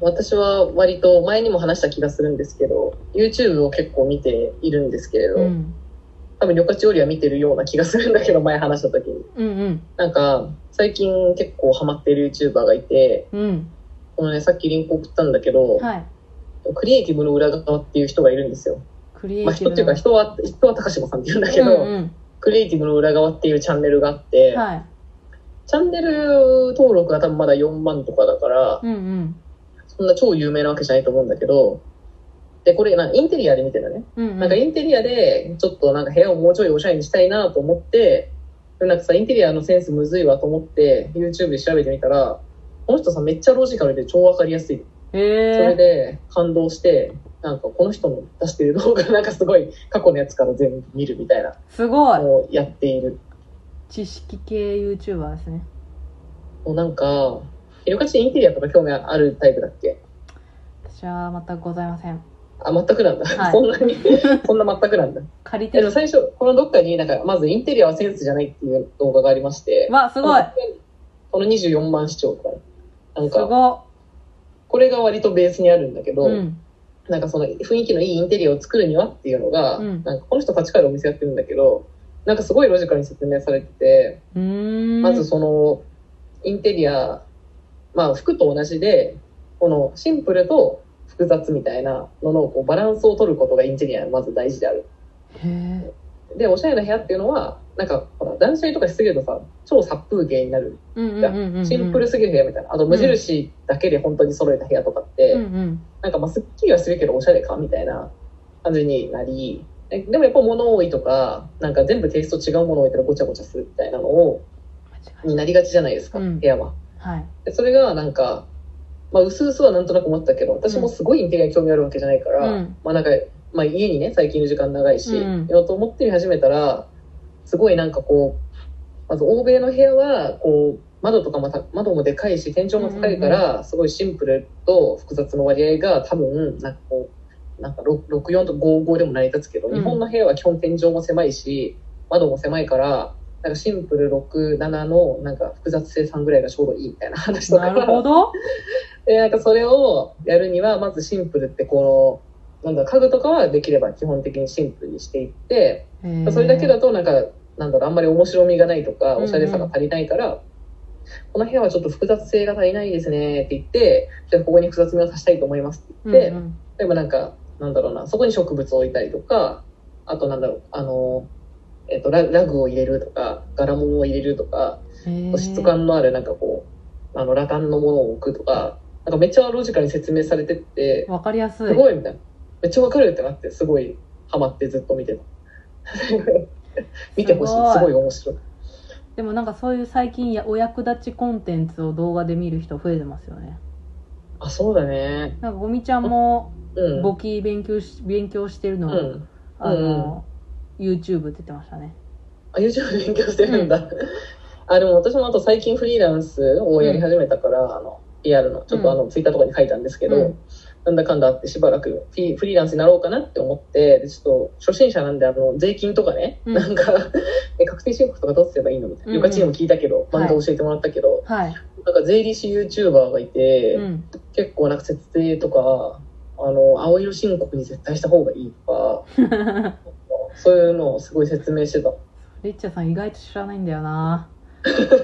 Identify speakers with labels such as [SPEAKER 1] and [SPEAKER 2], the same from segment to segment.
[SPEAKER 1] 私は割と前にも話した気がするんですけど YouTube を結構見ているんですけれど、
[SPEAKER 2] うん、
[SPEAKER 1] 多分「旅客よりは見てるような気がするんだけど前話した時に
[SPEAKER 2] うん
[SPEAKER 1] なんか最近結構ハマってる YouTuber がいて
[SPEAKER 2] うんうん
[SPEAKER 1] このねさっきリンク送ったんだけど、
[SPEAKER 2] はい
[SPEAKER 1] クリエイティブの裏側っていう人がいるんですよ、
[SPEAKER 2] クリエイ
[SPEAKER 1] まあ、
[SPEAKER 2] テ
[SPEAKER 1] 人
[SPEAKER 2] ィ
[SPEAKER 1] ってい
[SPEAKER 2] ブ
[SPEAKER 1] うか
[SPEAKER 2] な
[SPEAKER 1] 人は人は高島さんっていうんだけど、
[SPEAKER 2] うん
[SPEAKER 1] クリエイティブの裏側っていうチャンネルがあっ
[SPEAKER 2] う
[SPEAKER 1] て、
[SPEAKER 2] ん、はい
[SPEAKER 1] チャンネル登録が多分まだ4万とかだから、
[SPEAKER 2] うんうん
[SPEAKER 1] そんな超有名なわけじゃないと思うんだけど、で、これ、なインテリアで見てるのね。
[SPEAKER 2] うんうん
[SPEAKER 1] なんかインテリアで、ちょっとなんか部屋をもうちょいおしゃれにしたいなと思って、でなんかさ、インテリアのセンスむずいわと思って、YouTube で調べてみたら、この人さ、めっちゃロジカルで超わかりやすい。それ
[SPEAKER 2] えー、
[SPEAKER 1] で感動して、なんかこの人の出してる動画 なんかすごい過去のやつから全部見るみたいな
[SPEAKER 2] すごい
[SPEAKER 1] のをやっている。
[SPEAKER 2] 知識系 YouTuber ですね
[SPEAKER 1] もうなんか、エルカチインテリアとか興味あるタイプだっけ
[SPEAKER 2] 私は全くございません
[SPEAKER 1] あ、全くなんだ。
[SPEAKER 2] はい
[SPEAKER 1] そんなに、 そんな全くなんだ。
[SPEAKER 2] 借り
[SPEAKER 1] え
[SPEAKER 2] て
[SPEAKER 1] でも
[SPEAKER 2] る
[SPEAKER 1] 最初、このどっかに、なんか、まずインテリアはセンスじゃないっていう動画がありまして、
[SPEAKER 2] わすごい
[SPEAKER 1] この24万視聴とか、なん
[SPEAKER 2] す
[SPEAKER 1] か、
[SPEAKER 2] ご
[SPEAKER 1] これが割とベースにあるんだけど、
[SPEAKER 2] うん
[SPEAKER 1] なんかその雰囲気のいいインテリアを作るにはっていうのが、
[SPEAKER 2] うん
[SPEAKER 1] なんかこの人立ち返るお店やってるんだけど、なんかすごいロジカルに説明されてて、
[SPEAKER 2] うーん
[SPEAKER 1] まずそのインテリア、まあ、服と同じでこのシンプルと複雑みたいなののこうバランスを取ることがインテリアのまず大事である
[SPEAKER 2] へえ
[SPEAKER 1] でおしゃれな部屋っていうのはなんかほら断捨離とかしすぎるとさ超殺風景になる
[SPEAKER 2] うんうんうんうん
[SPEAKER 1] シンプルすぎる部屋みたいなあと無印だけで本当に揃えた部屋とかって、
[SPEAKER 2] うんうん
[SPEAKER 1] なんかまあすっきりはするけどおしゃれかみたいな感じになりででもやっぱ物多いとかなんか全部テイスト違うもの置いたらごちゃごちゃするみたいなのを
[SPEAKER 2] 間違
[SPEAKER 1] に
[SPEAKER 2] いな
[SPEAKER 1] な
[SPEAKER 2] い
[SPEAKER 1] りがちじゃないですか、
[SPEAKER 2] うん
[SPEAKER 1] 部屋は。
[SPEAKER 2] はい
[SPEAKER 1] でそれがなんか、まあ、うすうすはなんとなく思ったけど私もすごいインテリアに興味あるわけじゃないから、
[SPEAKER 2] うん
[SPEAKER 1] まあなんかまあ、家にね最近の時間長いし、
[SPEAKER 2] うん
[SPEAKER 1] やろうと思って見始めたらすごいなんかこうまず欧米の部屋はこう窓とかもた窓もでかいし天井も高いから、すごいシンプルと複雑の割合が多分なんかこうなんかろ64と55でも成り立つけど、
[SPEAKER 2] うん
[SPEAKER 1] 日本の部屋は基本天井も狭いし窓も狭いから。なんかシンプル67のなんか複雑性3ぐらいがちょうどいいみたいな話とか
[SPEAKER 2] なるほど
[SPEAKER 1] でなんかそれをやるにはまずシンプルってこのなんだ家具とかはできれば基本的にシンプルにしていって、 それだけだとなんかなんだろうあんまり面白みがないとか
[SPEAKER 2] うんうん
[SPEAKER 1] おしゃれさが足りないから、この部屋はちょっと複雑性が足りないですねって言ってじゃあここに複雑みを足したいと思いますって
[SPEAKER 2] う
[SPEAKER 1] 言
[SPEAKER 2] ん
[SPEAKER 1] って、
[SPEAKER 2] うん
[SPEAKER 1] 例えばなんかなんだろうなそこに植物を置いたりとかあとなんだろうあの、えっとララグを入れるとか柄物を入れるとか
[SPEAKER 2] へえ
[SPEAKER 1] 質感のあるなんかこうあの羅漢のものを置くとかなんかめっちゃロジカルに説明されてって
[SPEAKER 2] わかりやす
[SPEAKER 1] す
[SPEAKER 2] い
[SPEAKER 1] ごいみたいなめっちゃわかるってなってすごいハマってずっと見てた見てほしい
[SPEAKER 2] すごい
[SPEAKER 1] すごい面白い
[SPEAKER 2] でもなんかそういう最近やお役立ちコンテンツを動画で見る人増えてますよね
[SPEAKER 1] あそうだね
[SPEAKER 2] なんかゴミちゃんも
[SPEAKER 1] うん
[SPEAKER 2] 簿記勉強し勉強してる
[SPEAKER 1] う
[SPEAKER 2] のを、
[SPEAKER 1] ん
[SPEAKER 2] あの、YouTube って言ってましたね
[SPEAKER 1] あ YouTube 勉強してるんだ、 あでも私もあと最近フリーランスをやり始めたから、あのリアルのちょっとあの、ツイッターとかに書いたんですけど、
[SPEAKER 2] うん
[SPEAKER 1] なんだかんだあってしばらくフリーフリーランスになろうかなって思ってでちょっと初心者なんであの税金とかね、
[SPEAKER 2] うん
[SPEAKER 1] なんかえ確定申告とかどうすればいいのみたいな
[SPEAKER 2] うんう
[SPEAKER 1] ゆ
[SPEAKER 2] ん
[SPEAKER 1] かちにも聞いたけど、
[SPEAKER 2] はい
[SPEAKER 1] バンド教えてもらったけど、
[SPEAKER 2] は
[SPEAKER 1] なん
[SPEAKER 2] い、
[SPEAKER 1] か税理士 YouTuber がいて、
[SPEAKER 2] うん、
[SPEAKER 1] 結構なんか節税とかあの青色申告に絶対した方がいいとか そういうのをすごい説明してた
[SPEAKER 2] リッチャーさん意外と知らないんだよな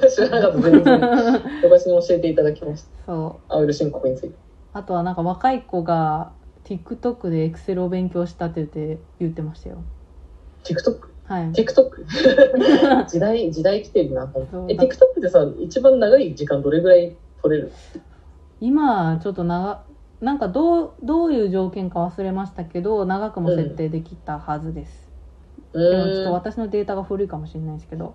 [SPEAKER 1] 知らなかった全然ゆかちに教えていただきました
[SPEAKER 2] そう
[SPEAKER 1] 青色申告について
[SPEAKER 2] あとはなんか若い子が TikTok で Excel を勉強したって言って言ってましたよ
[SPEAKER 1] TikTok
[SPEAKER 2] はい
[SPEAKER 1] TikTok 時代時代来てるな本当にえ
[SPEAKER 2] そう
[SPEAKER 1] TikTok でさ一番長い時間どれぐらい取れる
[SPEAKER 2] 今ちょっと長なんかどうどういう条件か忘れましたけど長くも設定できたはずです、でもちょっと
[SPEAKER 1] うーん
[SPEAKER 2] 私のデータが古いかもしれないですけど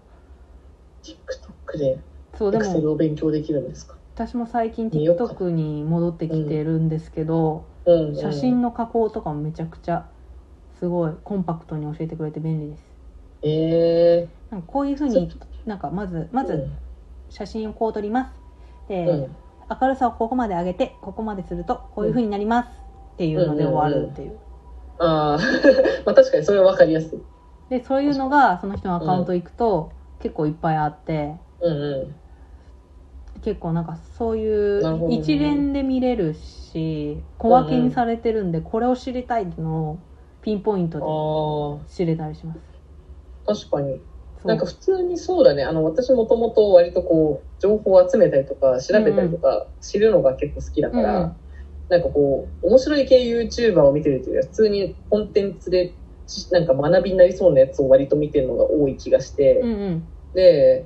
[SPEAKER 1] TikTok で
[SPEAKER 2] そうで
[SPEAKER 1] Excel
[SPEAKER 2] も
[SPEAKER 1] を勉強できるんですか
[SPEAKER 2] 私も最近
[SPEAKER 1] 見ようか
[SPEAKER 2] TikTok に戻ってきてるんですけど、
[SPEAKER 1] うんうん
[SPEAKER 2] 写真の加工とかもめちゃくちゃすごいコンパクトに教えてくれて便利です
[SPEAKER 1] え
[SPEAKER 2] なんかこういうふう
[SPEAKER 1] ー、
[SPEAKER 2] になんかまずまず写真をこう撮りますで、明るさをここまで上げてここまでするとこういうふうになります、っていうので終わるっていう、
[SPEAKER 1] ああー まあ確かにそれは分かりやすい
[SPEAKER 2] でそういうのがその人のアカウント行くと結構いっぱいあって
[SPEAKER 1] うんうん
[SPEAKER 2] 結構なんかそうい
[SPEAKER 1] なるほど
[SPEAKER 2] う
[SPEAKER 1] ね
[SPEAKER 2] 一連で見れるし小分けにされてるんでこれを知りたいのをピンポイン
[SPEAKER 1] あ
[SPEAKER 2] ト
[SPEAKER 1] ー
[SPEAKER 2] で知れたりします
[SPEAKER 1] 確かに
[SPEAKER 2] そう
[SPEAKER 1] なんか普通にそうだねあの私もともと割とこう情報を集めたりとか調べたりとか知るのが結構好きだから、
[SPEAKER 2] うんうん
[SPEAKER 1] なんかこう面白い系 YouTuber を見てるというよりは普通にコンテンツで知なんか学びになりそうなやつを割と見てるのが多い気がして、
[SPEAKER 2] うんうん
[SPEAKER 1] で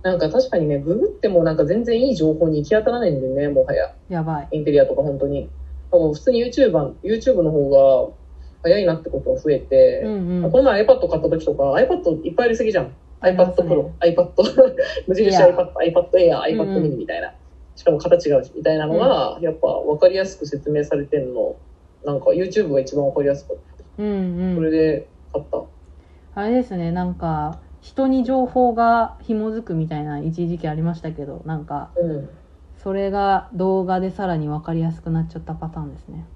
[SPEAKER 1] なんか確かにねググってもなんか全然いい情報に行き当たらないんだよねもはや
[SPEAKER 2] やばい
[SPEAKER 1] インテリアとか本当に多分普通に YouTuber YouTube の方が早いなってことが増えて、
[SPEAKER 2] うんうん
[SPEAKER 1] この前 iPad 買った時とか iPad いっぱいありすぎじゃん
[SPEAKER 2] あり
[SPEAKER 1] iPad
[SPEAKER 2] ます
[SPEAKER 1] Pro、
[SPEAKER 2] ね
[SPEAKER 1] iPad 無印
[SPEAKER 2] Air
[SPEAKER 1] iPad、iPad Air、
[SPEAKER 2] うん
[SPEAKER 1] iPad mini みたいな、しかも形が違うしみたいなのが、やっぱ分かりやすく説明されてんのなんか YouTube が一番分かりやすく
[SPEAKER 2] うん
[SPEAKER 1] こ
[SPEAKER 2] うん
[SPEAKER 1] れで買った、
[SPEAKER 2] あれですねなんか人に情報が紐づくみたいな一時期ありましたけどなんか
[SPEAKER 1] うん、
[SPEAKER 2] それが動画でさらに分かりやすくなっちゃったパターンですね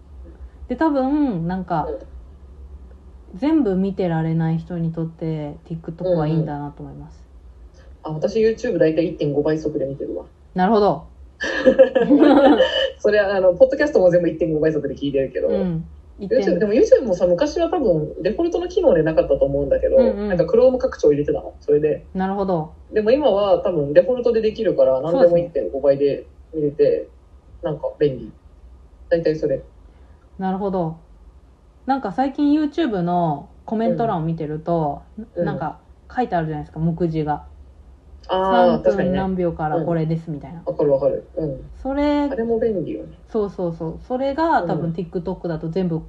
[SPEAKER 2] で多分なんか全部見てられない人にとって TikTok はいいんだなと思います、
[SPEAKER 1] あ私 YouTube 大体1.5倍速で見てるわ
[SPEAKER 2] なる ほど
[SPEAKER 1] それはあのポッドキャストも全部1.5倍速で聞いてるけど、
[SPEAKER 2] うん一
[SPEAKER 1] YouTube で
[SPEAKER 2] 点
[SPEAKER 1] も YouTube もさ昔は多分デフォルトの機能でなかったと思うんだけど、
[SPEAKER 2] うんうん
[SPEAKER 1] なんか Chrome 拡張入れてたのそれで
[SPEAKER 2] なるほど
[SPEAKER 1] でも今は多分デフォルトでできるから何で
[SPEAKER 2] そ
[SPEAKER 1] も
[SPEAKER 2] うで
[SPEAKER 1] 1.5倍で見れてなんか便利大体それ
[SPEAKER 2] なるほどなんか最近 YouTube のコメント欄を見てると、
[SPEAKER 1] うん
[SPEAKER 2] なんか書いてあるじゃないですか目次が
[SPEAKER 1] ああ
[SPEAKER 2] 3
[SPEAKER 1] 確かに
[SPEAKER 2] 分
[SPEAKER 1] ね
[SPEAKER 2] 何秒からこれですみたいな、
[SPEAKER 1] わかるわかるうん
[SPEAKER 2] それ
[SPEAKER 1] あれも便利よね
[SPEAKER 2] そうそうそうそれが多
[SPEAKER 1] う
[SPEAKER 2] 分
[SPEAKER 1] ん
[SPEAKER 2] TikTok だと全部
[SPEAKER 1] あ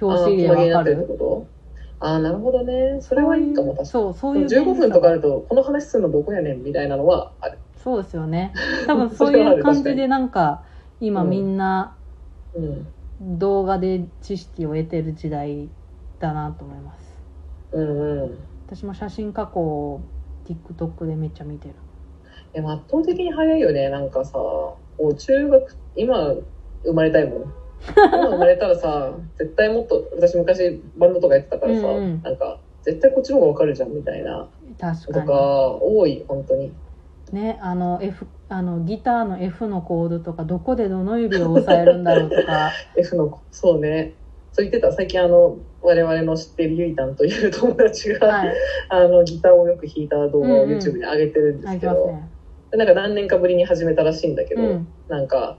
[SPEAKER 2] 表紙
[SPEAKER 1] ー
[SPEAKER 2] で
[SPEAKER 1] 細切れ
[SPEAKER 2] わ
[SPEAKER 1] にな
[SPEAKER 2] か
[SPEAKER 1] ってるって
[SPEAKER 2] る
[SPEAKER 1] ことああなるほどねそれはいいかも確か
[SPEAKER 2] そうそうい
[SPEAKER 1] に
[SPEAKER 2] う
[SPEAKER 1] 15分とかあ
[SPEAKER 2] 便利さが
[SPEAKER 1] るとこの話するのどこやねんみたいなのはある
[SPEAKER 2] そうですよね多分そういう感じでなんか今
[SPEAKER 1] うん
[SPEAKER 2] みんな
[SPEAKER 1] うん
[SPEAKER 2] 動画で知識を得てる時代だなと思います
[SPEAKER 1] うんうん
[SPEAKER 2] 私も写真加工を TikTok でめっちゃ見てる
[SPEAKER 1] でも圧倒的に早いよねなんかさもう中学今生まれたいもん今生まれたら さ絶対もっと私昔バンドとかやってたからさ、
[SPEAKER 2] うんうん
[SPEAKER 1] なんか絶対こっちの方がわかるじゃんみたいな
[SPEAKER 2] 確
[SPEAKER 1] とか
[SPEAKER 2] か
[SPEAKER 1] 多い本当に
[SPEAKER 2] にねあの F あのギターの F のコードとかどこでどの指を押さえるんだろうとか
[SPEAKER 1] F のそうねそう言ってた最近あの我々の知ってるゆいたんという 友達が、
[SPEAKER 2] はい
[SPEAKER 1] あのギターをよく弾いた動画を
[SPEAKER 2] うんうん
[SPEAKER 1] YouTube に上げてるんで
[SPEAKER 2] あ
[SPEAKER 1] す
[SPEAKER 2] り
[SPEAKER 1] け
[SPEAKER 2] ます
[SPEAKER 1] ど、
[SPEAKER 2] ね
[SPEAKER 1] なんか何年かぶりに始めたらしいんだけど、
[SPEAKER 2] うん
[SPEAKER 1] なんか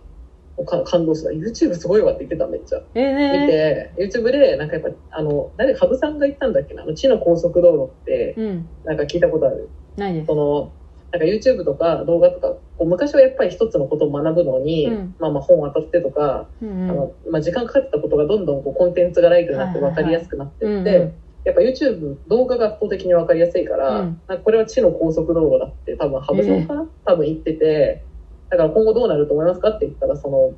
[SPEAKER 1] もうか感動した YouTube すごいわって言ってためっちゃ。
[SPEAKER 2] えー
[SPEAKER 1] 見
[SPEAKER 2] ね
[SPEAKER 1] て、YouTube で、なんかやっぱ、あの、誰、羽生さんが言ったんだっけな、あの、地の高速道路って、
[SPEAKER 2] うん
[SPEAKER 1] なんか聞いたことある。
[SPEAKER 2] ないです
[SPEAKER 1] その、なんか YouTube とか動画とか、こう昔はやっぱり一つのことを学ぶのに、
[SPEAKER 2] うん
[SPEAKER 1] まあまあ本を当たってとか、
[SPEAKER 2] うん
[SPEAKER 1] あ
[SPEAKER 2] うん
[SPEAKER 1] のまあ時間かかってたことがどんどんこうコンテンツがライトになって
[SPEAKER 2] はいは
[SPEAKER 1] 分
[SPEAKER 2] い
[SPEAKER 1] か
[SPEAKER 2] はい
[SPEAKER 1] りやすくなって
[SPEAKER 2] うんう
[SPEAKER 1] っ
[SPEAKER 2] ん
[SPEAKER 1] て、やっぱ YouTube 動画が圧倒的に分かりやすいから、
[SPEAKER 2] うん
[SPEAKER 1] なんかこれは地の高速道路だって多分羽生さんかな、多分言ってて、だから今後どうなると思いますかって言ったら、その、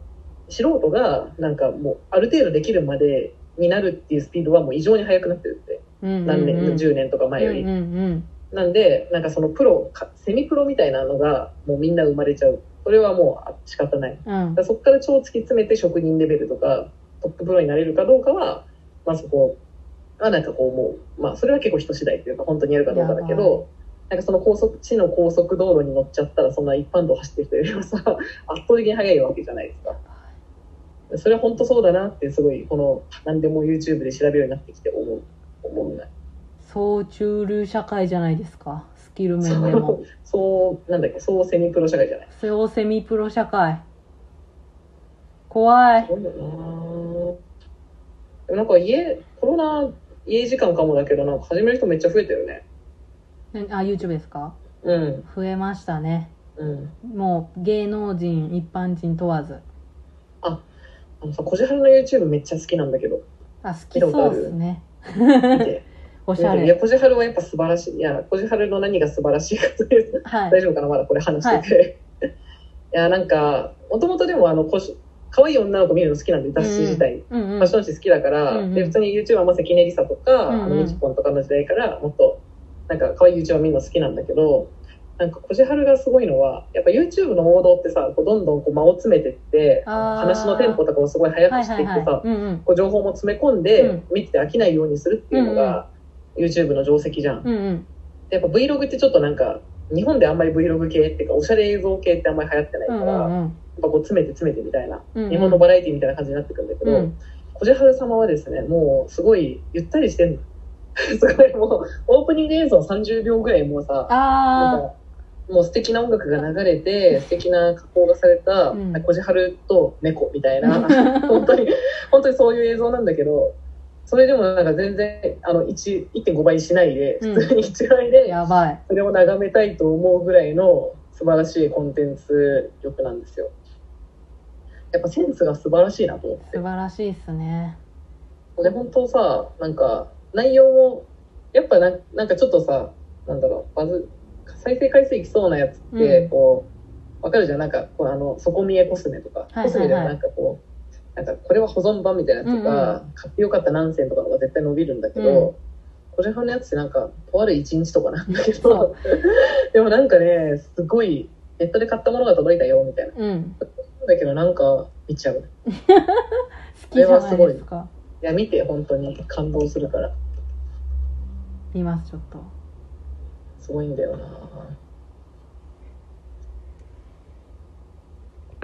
[SPEAKER 1] 素人がなんかもうある程度できるまでになるっていうスピードはもう異常に速くなってるって、何年、10年とか前より。
[SPEAKER 2] うんうん
[SPEAKER 1] なんで、なんかそのプロか、セミプロみたいなのがもうみんな生まれちゃう。それはもうあ仕方ない。
[SPEAKER 2] うんう
[SPEAKER 1] だ
[SPEAKER 2] ん
[SPEAKER 1] からそこから超突き詰めて職人レベルとかトッププロになれるかどうかは、まあ、そこはなんかこうもう、まあ、それは結構人次第というか本当にやるかどうかだけどなんかその高速地の高速道路に乗っちゃったらそんな一般道走ってる人よりはさ 圧倒的に速いわけじゃないですか。それは本当そうだなってすごいこの何でも YouTube で調べるようになってきて思う思うな
[SPEAKER 2] 総中流社会じゃないですかスキル面でも
[SPEAKER 1] そうなんだっけそうセミプロ社会じゃない
[SPEAKER 2] 総セミプロ社会怖い
[SPEAKER 1] すごいよなでもなんか家コロナ家時間かもだけどなんか始める人めっちゃ増えたよね
[SPEAKER 2] ねあ YouTube ですか
[SPEAKER 1] うん
[SPEAKER 2] 増えましたね
[SPEAKER 1] うん
[SPEAKER 2] もう芸能人一般人問わず
[SPEAKER 1] あのさこじはるの YouTube めっちゃ好きなんだけ ど
[SPEAKER 2] あ好きそうですね
[SPEAKER 1] 見て
[SPEAKER 2] おしゃ
[SPEAKER 1] いや
[SPEAKER 2] れ
[SPEAKER 1] こじはるはやっぱ素晴らしいいやこじはるの何が素晴らしいかというと
[SPEAKER 2] は
[SPEAKER 1] 大
[SPEAKER 2] い
[SPEAKER 1] 丈夫かなまだこれ話してて、 い、やなんかもともとでもあのこし可愛い女の子見るの好きなんで雑誌自体、
[SPEAKER 2] うんう
[SPEAKER 1] フ
[SPEAKER 2] ん
[SPEAKER 1] ァッション誌好きだから、
[SPEAKER 2] うんうん
[SPEAKER 1] で普通に YouTuber も関根梨沙とか、
[SPEAKER 2] うんうん
[SPEAKER 1] あのみちぽんとかの時代からもっとなんか可愛い YouTuber 見るの好きなんだけどなんかこじはるがすごいのはやっぱ YouTube の王道ってさこうどんどんこう間を詰めてって
[SPEAKER 2] あー
[SPEAKER 1] 話のテンポとかをすごい速
[SPEAKER 2] は
[SPEAKER 1] く
[SPEAKER 2] い
[SPEAKER 1] し
[SPEAKER 2] は
[SPEAKER 1] てい
[SPEAKER 2] い
[SPEAKER 1] ってさ、
[SPEAKER 2] はいうんうん
[SPEAKER 1] こう情報も詰め込んで、
[SPEAKER 2] うん
[SPEAKER 1] 見てて飽きないようにするっていうのが、YouTube の定石じゃん。
[SPEAKER 2] うんうん
[SPEAKER 1] でやっぱ Vlog ってちょっとなんか日本であんまり Vlog 系っていうかおしゃれ映像系ってあんまり流行ってないから、
[SPEAKER 2] うんう
[SPEAKER 1] やっ
[SPEAKER 2] んうん
[SPEAKER 1] ぱこう詰めて詰めてみたいな、
[SPEAKER 2] うんうん
[SPEAKER 1] 日本のバラエティみたいな感じになってくるんだけど、
[SPEAKER 2] うん
[SPEAKER 1] 小じはる様はですねもうすごいゆったりしてんの すごいもうオープニング映像30秒ぐらいもうさなん
[SPEAKER 2] あ
[SPEAKER 1] かもう素敵な音楽が流れて素敵な加工がされた、
[SPEAKER 2] うん
[SPEAKER 1] こじはると猫みたいな
[SPEAKER 2] ー
[SPEAKER 1] 本当に本当にそういう映像なんだけどそれでもなんか全然あの1 1.5倍しないで
[SPEAKER 2] うん
[SPEAKER 1] 普通に1倍で
[SPEAKER 2] やばい
[SPEAKER 1] それを眺めたいと思うぐらいの素晴らしいコンテンツ力なんですよやっぱセンスが素晴らしいなと思って
[SPEAKER 2] 素晴らしいっすね
[SPEAKER 1] で本当さなんか内容もやっぱなんなんかちょっとさなんだろうバズ再生回数いきそうなやつって、
[SPEAKER 2] うん
[SPEAKER 1] こうわかるじゃんなんかこうあの底見えコスメとか、
[SPEAKER 2] はいはいはい
[SPEAKER 1] コスメでもなんかこうなんかこれは保存版みたいなやつとか、
[SPEAKER 2] う
[SPEAKER 1] 買ってよかった何千とかのが絶対伸びるんだけど、これ派のやつってなんかとある1日とかなんだけ
[SPEAKER 2] そう
[SPEAKER 1] ど でもなんかねすごいネットで買ったものが届いたよみたいな
[SPEAKER 2] うん
[SPEAKER 1] だけどなんか見ちゃう
[SPEAKER 2] 好きじゃないですか
[SPEAKER 1] いや見て本当に感動するから
[SPEAKER 2] 見ますちょっと
[SPEAKER 1] すごいんだよな